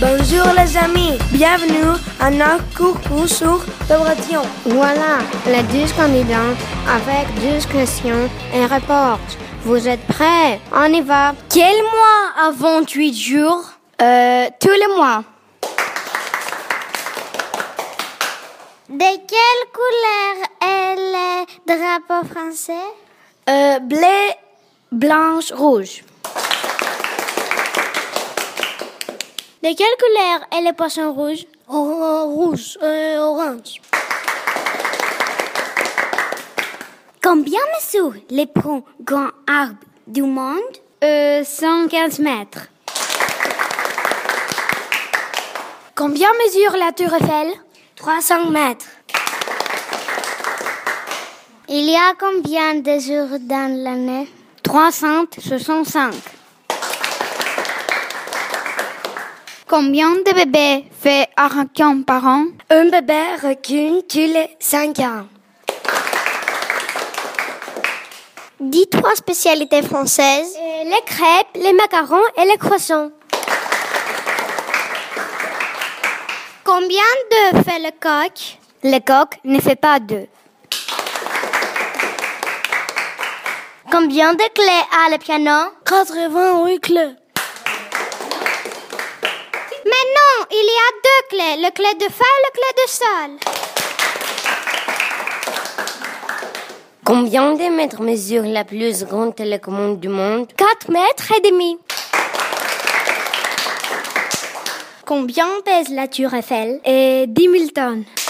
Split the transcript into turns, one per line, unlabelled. Bonjour les amis, bienvenue à notre concours sur le Breton.
Voilà, les 10 candidats avec 10 questions et réponses. Vous êtes prêts On y va.
Quel mois a 28 jours Euh, tous les mois.
De quelle couleur est le drapeau français
Euh, blé, blanche, rouge.
De quelle couleur est le poisson rouge
rouge, euh, orange.
Combien mesure le plus grand arbre du monde
Euh, 115 mètres. Combien mesure la tour Eiffel 300 mètres.
Il y a combien de jours dans l'année
365. Combien de bébés fait un requin par an Un bébé requin tous les 5 ans.
Dis trois spécialités françaises.
les crêpes, les macarons et les croissants.
Combien de fait le coq
Le coq ne fait pas deux.
Combien de clés a le piano
88 clés.
Mais non, il y a deux clés, le clé de fa et le clé de sol.
Combien de mètres mesure la plus grande télécommande du monde
4 mètres et demi. Combien pèse la tour Eiffel Et 10 000 tonnes.